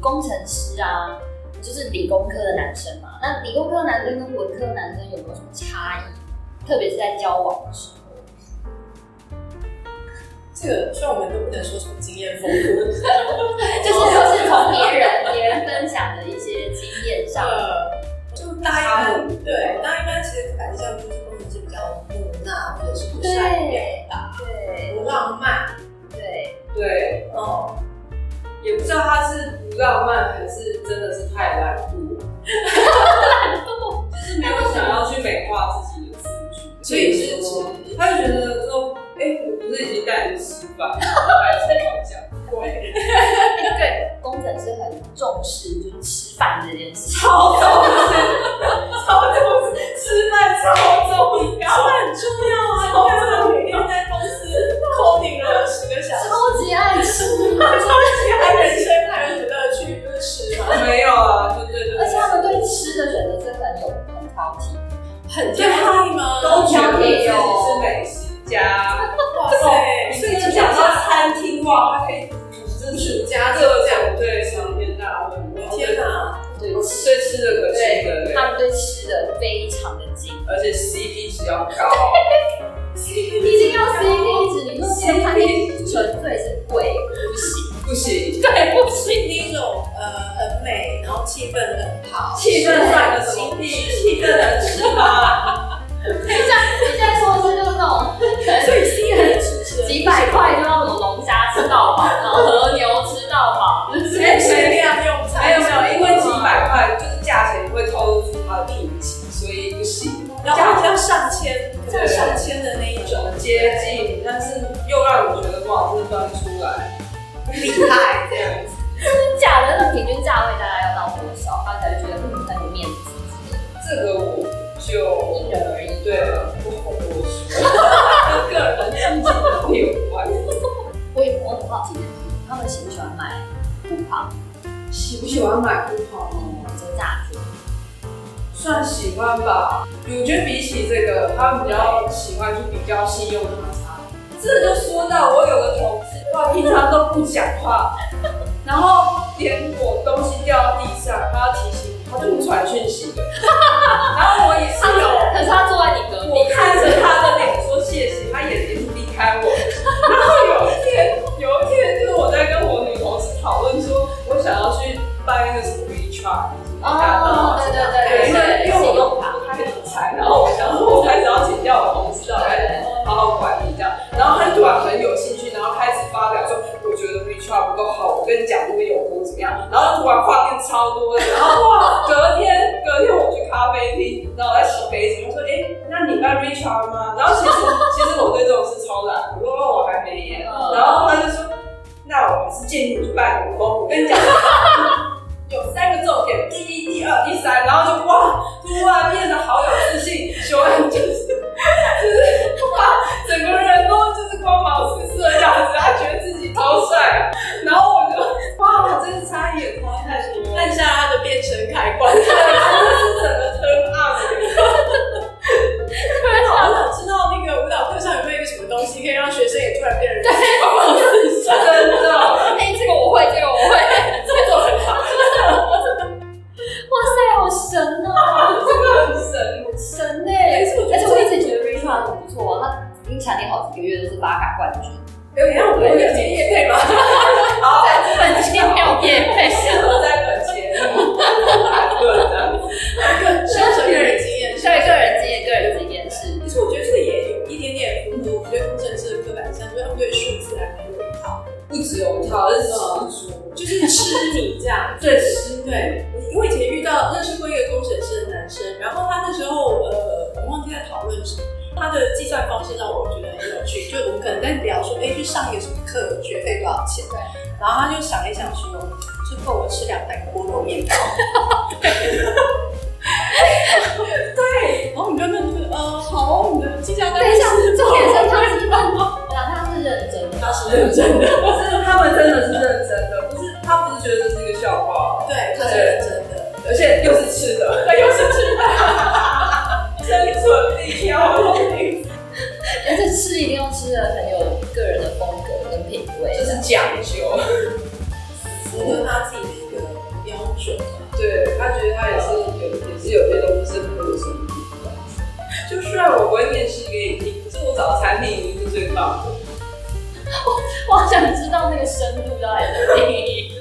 工程师啊，就是理工科的男生嘛。那理工科男生跟文科男生有没有什么差异？特别是在交往的时候，这个虽然我们都不能说什么 经验丰富，就是都是从别人别人分享的一些经验上，呃，就大家一般对，大家一般其实感觉上就是工程师比较木讷，或者是不善于表达，对不浪漫，对，对，哦，也不知道他是不浪漫还是真的是太懒惰，哎就是没有想要去美化自己的字句，所以是说指他就觉得说，哎、我不是已经带你吃饭，了，还是吵架，对，对，工程师很重视就是吃饭这件事情。超重视，超重视，吃饭超重要，很重要啊，超重每天在公 司 coding 了十个小时，超级爱吃，他人生还有什么乐趣？就是吃嘛，没有啊，对对对，而且他们对吃的选择真的很有很挑剔。很在意吗？都觉得自己是美食家，哇塞，所以讲到餐厅哇，他可以真是家各这种样，对长篇大论，我天 哪，对对吃的可惜的对，嘞，他们对吃的非常的精，而且 CP 值要高，一定要 CP 值。你说这个餐厅纯粹是贵，不行，不行，对，不行。那种呃很美，然后气氛很好，气氛上的什么屁，气氛能吃吗？你现在说的是就是那种所以 C 很支持几百块就让什么龙虾吃到饱，然后和牛吃到饱，哎谁没有量用餐，没有没有，因为几百块就是价钱会透露出它的品级，所以不行，然后要上千，要上千的那一种接近，但是又让你觉得哇，这端出来厉害这样子，真假的那平均价位大概要到多少，他才会觉得嗯很有面子之类的？这个我就因人而异。对，不好多说，跟个人经济能力有关。我也我很好奇的是，他们喜不喜欢买护袍、喜不喜欢买护袍嗯，遮瑕贴？算喜欢吧，我觉得比起这个，他们比较喜欢去比较信用他差。这就说到我有个同事，哇，平常都不讲话， 然后连我东西掉到地上，他要提醒我，他就不传讯息的。 然后我也是他有可是他坐在你隔壁，我看着他的脸说谢谢，他眼睛离开我。然后有一天，有一天就是我在跟我女同事讨论说，我想要去办那个什么 WeChat，就是大家知哦，道对对对，因为因为我信都用卡不太理财，然后我想说，我开始要请教我同事，要来好好管理这样。然后他突然很有兴趣，然后开始发表说，我觉得 WeChat 不够好，我跟你讲那个有功怎么样。然后突然话变超多的，然后哇，隔天隔天我去咖啡厅，然后我在洗杯子，我说，哎、那你办 WeChat 吗？然后其实其实我对这种事超懒，我说哦我还没耶。嗯然后他就说，那我还是建议你去办员工，我跟你讲。有三个重点，第一、第二、第三，然后就哇，突然啊变得好有自信，熊恩就是就是哇，整个人都就是光芒四射这样子，他觉得自己超帅，然后我就哇，真是差眼光太多，按下他的变身开 关。真的是整个 turn up，我想知道那个舞蹈课上有没有一个什么东西可以让学生也突然变成 真的， 哎，这个我会，这个我会，这种很好， 哇塞，好神 哦，这个很神，神哎！没错而且我一直觉得 Richard 很不错啊，他已经蝉联好几个月都是八嘎冠军，有点让我们有点夜配吗？好，本期没有变 配，适合在本节目谈论的， 生存个人经验，对个人经验，个人经验是，其实我觉得这个也有一点点符合我们对工程师的刻板印象，就是他们对数字还蛮有一套，不只有一套，而是十足，就是痴迷这样。最实 对，我因为以前遇到认识过一个工程师的男生，然后他那时候呃，我忘记在讨论什么，他的计算方式让我觉得很有趣，就我们可能在聊说，哎，去上一个什么课，学费多少钱？对。然后他就想一想说，就够我吃两百个菠萝面包。 对，然后我们就问就是呃，好，我们的计价 单等一 下是，重点是他是认真，他是认真的，他是认真的，是他们 真的是认真的，不是他不是觉得这是一个笑话，对，他是认真的。而且又是吃的， 又是吃的， 生存力哦要命，而且吃一定要吃的很有个人的风格跟品味，就是讲究。符合他自己的一个选的。对他觉得他也是有也是有些东西是不可思议的。就虽然我不会念诗给你听，可是我找产品已经是最 棒的。我好想知道那个深度到底在哪里。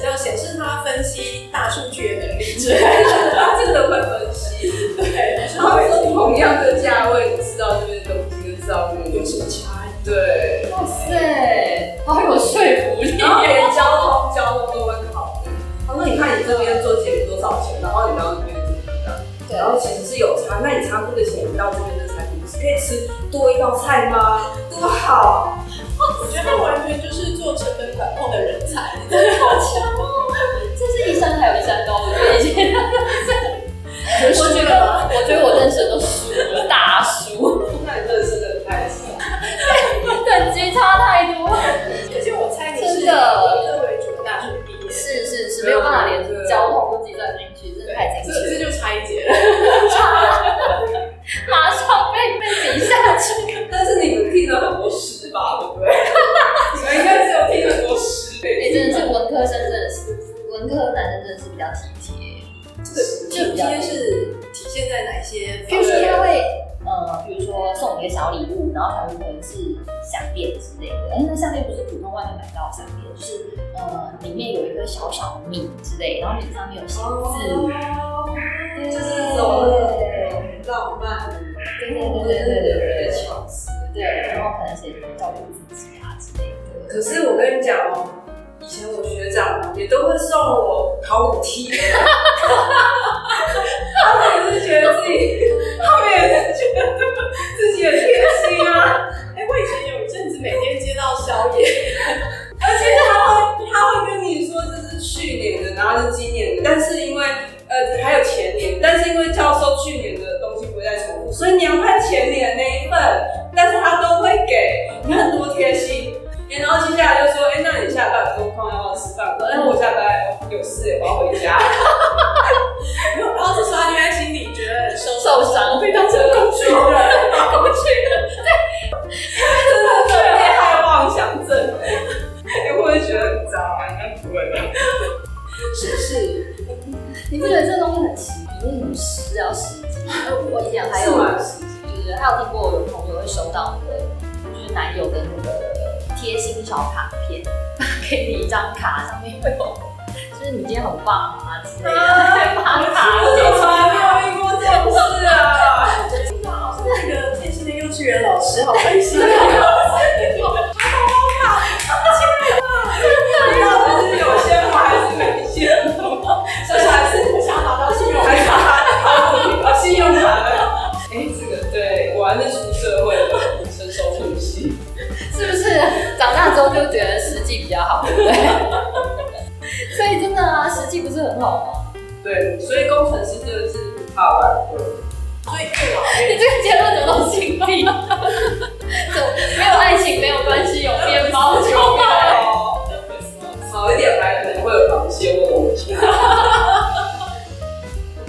这样显示他分析大数据的能力之类的。他真的会分析，对，然然后后说同样的价位，你吃到这边的东西跟吃到那边有东什西么，差异？对， 哇塞，好有说服力然后连交通交通都会考虑。他说：“你看你这边做节目多少钱，然后你到那边怎么样？对然后其实是有差，那你差不多的钱，你到这边的产品是可以吃多一道菜吗？多好！”我觉得他完全就是做成本管控的人才。好强哦！这是一山还有一山高，我觉得已经，我觉得，我觉得我认识的都输了，大输，那你认识的太少，等级差太多。而且我猜你是以真的文科为主的大学毕业，是是是，没有办法连交通都计算进去，真的太精这确这了，就差一截了。马上被被比下去。但是你们听了很多诗吧，对不对？你们应该是有听很多诗的。哎，真的是文科生，真的是文科男生真的是比较体贴。这个贴是体现在哪些？比如说他会，呃，比如说送你一个小礼物，然后小礼物可能是项链之类的，哎，那项链不是普通外面买到的项链，就是呃里面有一个小小的米之类，然后米上面有写字，哦，对就是对这哦种浪漫，对对对对对对对巧思。对，然后可能写照顾自己啊之类的。可是我跟你讲哦，以前我学长也都会送我考古题， 他们也是觉得自己，他们也是觉得自己很贴心啊。哎，我以前有一阵子每天接到宵夜， 而且他会他会跟你说这是去年的，然后是今年的，但是因为呃还有前年，但是因为教授去年的东西不会再重复，所以你要看前年那一份，但是他都会给，你看多贴心。哎然后接下来就说，哎、那你下班有空要不要吃饭？我说，哎、我下班有事，我要回家。没有然后这时候他就在心里觉得很受受伤我被当成工具哦 人。我去，真的是被害妄想症。 哎、我会觉得很糟啊，应该不会吧？是是， 你不觉得这东西很奇？因为你十要十几，我以前还是有吗？就是还有听过有朋友会收到那个就是男友的那个贴心小卡片， 给你一张卡，上面会有就是你今天很棒啊之类的， 会发卡。我怎么从来没有遇过这种事啊？哇，那个天心的幼稚园老师好开心啊！你到底是有鲜花还是没鲜花？小小孩子想拿到信用还把它把信用卡了。哎、这个对，果然是出社会了，成熟呼吸。是不是长大之后就觉得实际比较好，对不对？ 所以真的啊，实际不是很好吗？对，所以工程师就是好玩的。所以对老你这个结论怎么都心病？怎么没有爱情没有关系，有面包就好。好，好一点还可能会有螃蟹或龙虾。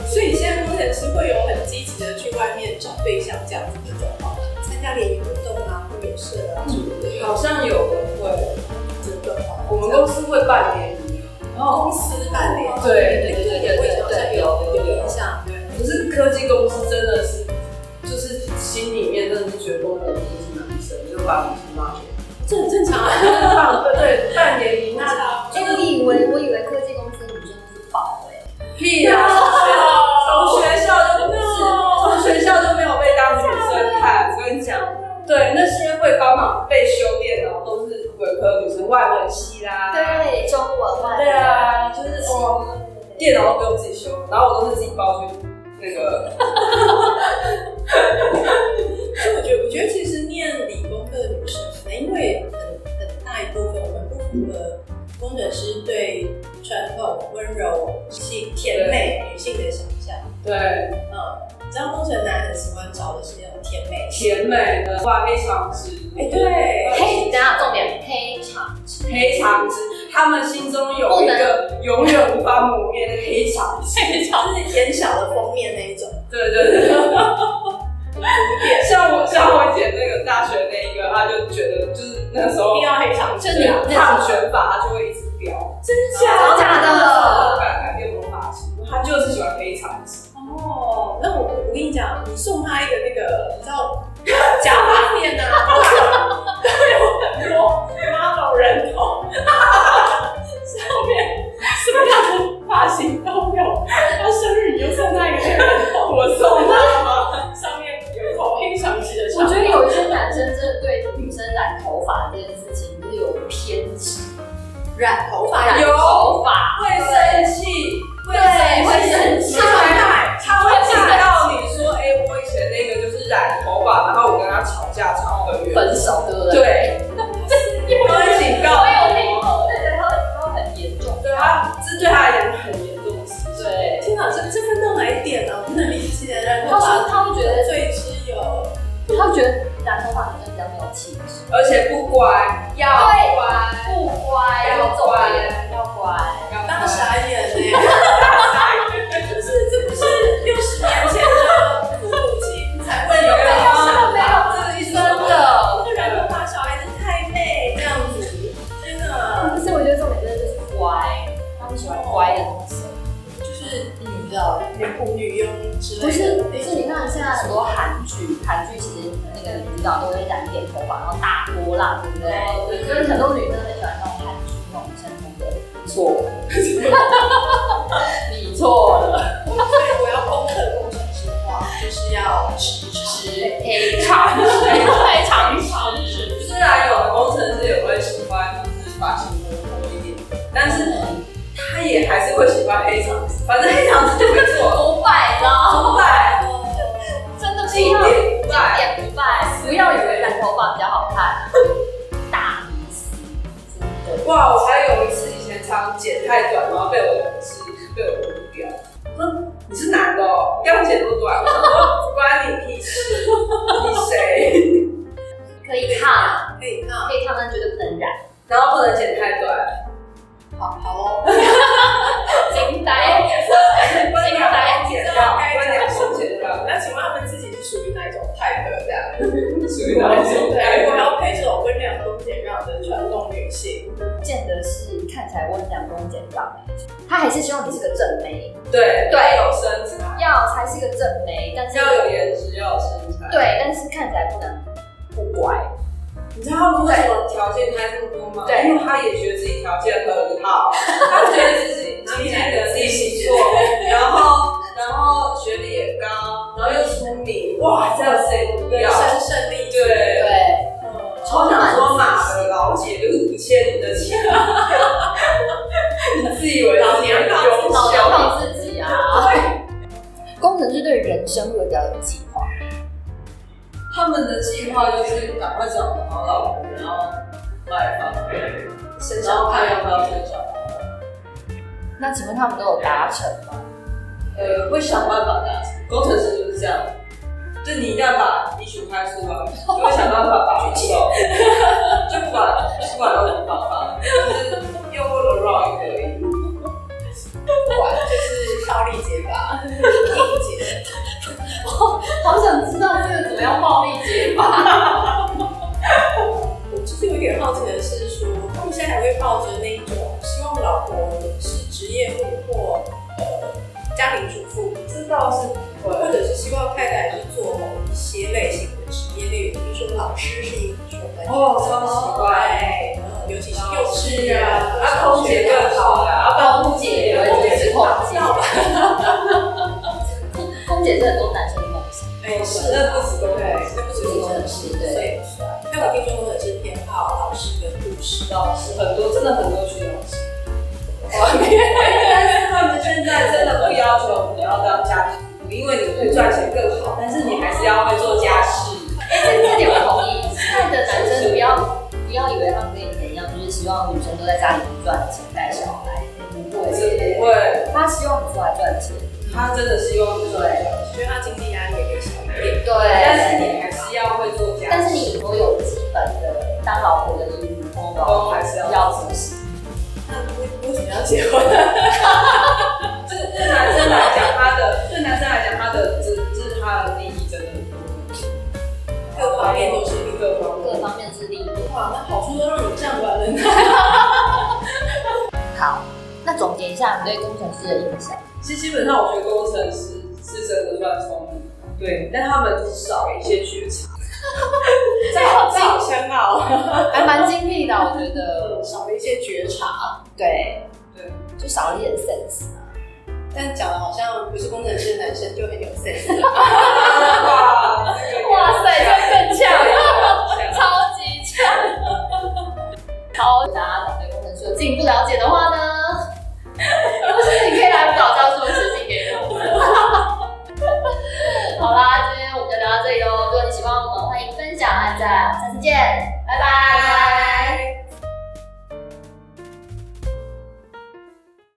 所以现在工程师会有很积极的去外面找对象这样子的状况，参加联谊活动啊、会友社啊什么的，好像有的会，真的吗？我们公司会办联谊，然后公司办联谊，对哦对对我好像有有印象，对，可是科技公司真的是，就是心里面真的是觉得工程师是男生，就把女生骂这很正常啊。 放对半年以那那哎、我以为我以为科技公司女生都是宝哎、屁啊！从学校就不是，从学校就没有被当女生看。我跟你讲，对那些会帮忙被修炼的，都是文科女生，外文系啦。对，中文外对啊，就是哦，电脑都不用自己修，然后我都是自己包去那个。所以我觉得，我觉得其实念理工科的女生，可能因为很很大一部分我们不符合工程师对传统温柔、性甜美女性的想象。对，嗯，你知道工程男很喜欢找的是那种甜美型。甜美的话非常直，哎，对，黑，等一下重 点黑长直，非常直，他们心中有一个永远无法磨灭的黑长直。黑长 就是眼小的封面那一种。对对对。 像我像我以前那个大学那一个，他就觉得就是那时候一定要黑长直就你烫卷发，他就会一直飙，啊真假的然后他就会改改哦那个，你知 道假发面呐、啊，有很多 model 人头，上面什么样的发型都有。他生日你就送他一个人头， 我送他吗？上面有头印上去的。我觉得有一些男生真的对女生染头发这件事情就是有偏执，染头发染有头发会生气，会对会生生气，气他会带，他会带到你说，哎、我以前那个就是染头发，然后我跟他吵架吵一个月，分手，对不对？对，他会警告我有听过，对对，他们说很严重，对他这对他也很严重的事情。对。天哪，这这分到哪一点呢、我不能理解。染头他发说他会觉得，最之有他会觉得染头发好像比较没有气质，而且不乖，要对乖，不乖，要走乖人，要乖。要当乖。傻 眼呢、就是这不是六十年前的父母亲才会有没有的。没有这个意思真的，不然的话，小孩子太累这样子，真的可是我觉得重点真的就是乖，他们喜欢乖的东西。就是你知道，女仆、女佣之类的。不是，不是，你看现在很多韩剧，韩剧其实那个女主角都会染一点头发，然后大波浪，对不对？哦对就是很多女生很喜欢那种韩剧那种成功的错，你错了，所以我要攻克工程师化，就是要直是直。非常非常直。虽然有的工程师也会喜欢就是发型活泼一点，但是他也还是会喜欢黑长直，反正黑长直就没做，不败了，五百真的不经要，典五百，一点不败，不要以为染头发比较好看，大迷思，真的。哇！我还有一次以前常剪太短，然后被我同事被我同事表，说你是男的哦，你干嘛剪那么短？我说关你屁事，你谁？可以烫，可以看，可以烫，但绝对不 能染。然后不能剪太短，好好哦。惊呆。不能把头剪掉，不能把头剪掉，那请问他们自己是属于哪一种派的？这样，属于哪一种？对，我要配这种温良恭俭让的传统女性。不见得是看起来温良恭俭让，他还是希望你是个正妹，对对要有身材，要才是个正妹，但是要有颜值，要有身材。对，但是看起来不能不乖，你知道他们为什么条件开这么多吗？对因为他也觉得自己条件很好，他觉得自己经济能力不错，然后然后学历也高，然后又出名，哇，这样谁不人要？生胜利组，对，对，嗯超想说马的老姐就是不欠你的钱， 你自以为老娘很炮优老秀要放自己 啊。工程师对人生会比较有计划，他们的计划就是赶快找个好老婆，然后买房，生然小后看孩要不要生小孩。那请问他们都有达成吗？呃，会想办法达成。工程师就是这样，就你一旦把你取开出来，就会想办法把去掉，就不管不管要怎么办法，就是又或者 wrong 也可以。不管就是暴力结巴，硬结。好想知道这个怎么样暴力解法。我就是有点好奇的是说，他们现在还会抱着那一种希望老婆是职业妇或呃家庭主妇，这倒是或者是希望太太是做某一些类型的职业，例如比如说老师是一种的，哦，超奇怪。对，呃尤其是幼幼稚稚啊啊，，啊，空姐更好啦，啊，办空姐也会空这姐样是空姐要吧，空空姐是很多男生的梦想，哎是那不止工对程，那不只是工程师，对对，但我听说工程师偏好老师跟护士，老师很多，真的很多群老师。但是他们现在真的不要求你要当家庭主妇，因为你会赚钱更好，但是你还是要会做家事。这这点我同意。现在的男生不要不要以为他们跟以前一样，就是希望女生都在家里赚钱带小孩，不会，是不会，他希望你出来赚钱。他真的希望是对，觉得他经济压力也小一点，对，但是你还是要会做家事，但是你所有基本的当老婆的义务，通都通还是要要执行。那为为什么要结婚？这个对男生来讲，他的对男生来讲，他的这这是他的利益真的很多，各方面都是一个。各方各面。方面是利益。哇，那好处都让你占完了呢。好，那总结一下你对工程师的印象。其实基本上，我觉得工程师是真的算聪明，对，但他们少一些剧场，在好在好深奥，还蛮精辟的，我觉得。少了一些觉察，对，对，就少了一点 sense 啊。但讲的好像不是工程师的男生就很有 sense。哇，这个这更呛， 超级强。好，大家对工程师有进一步了解的话呢， 或是你可以来舞蹈教室写信给我。好啦，今天我们就聊到这里喽。如果你喜欢我们，欢迎分享、按赞，我们下次见，拜拜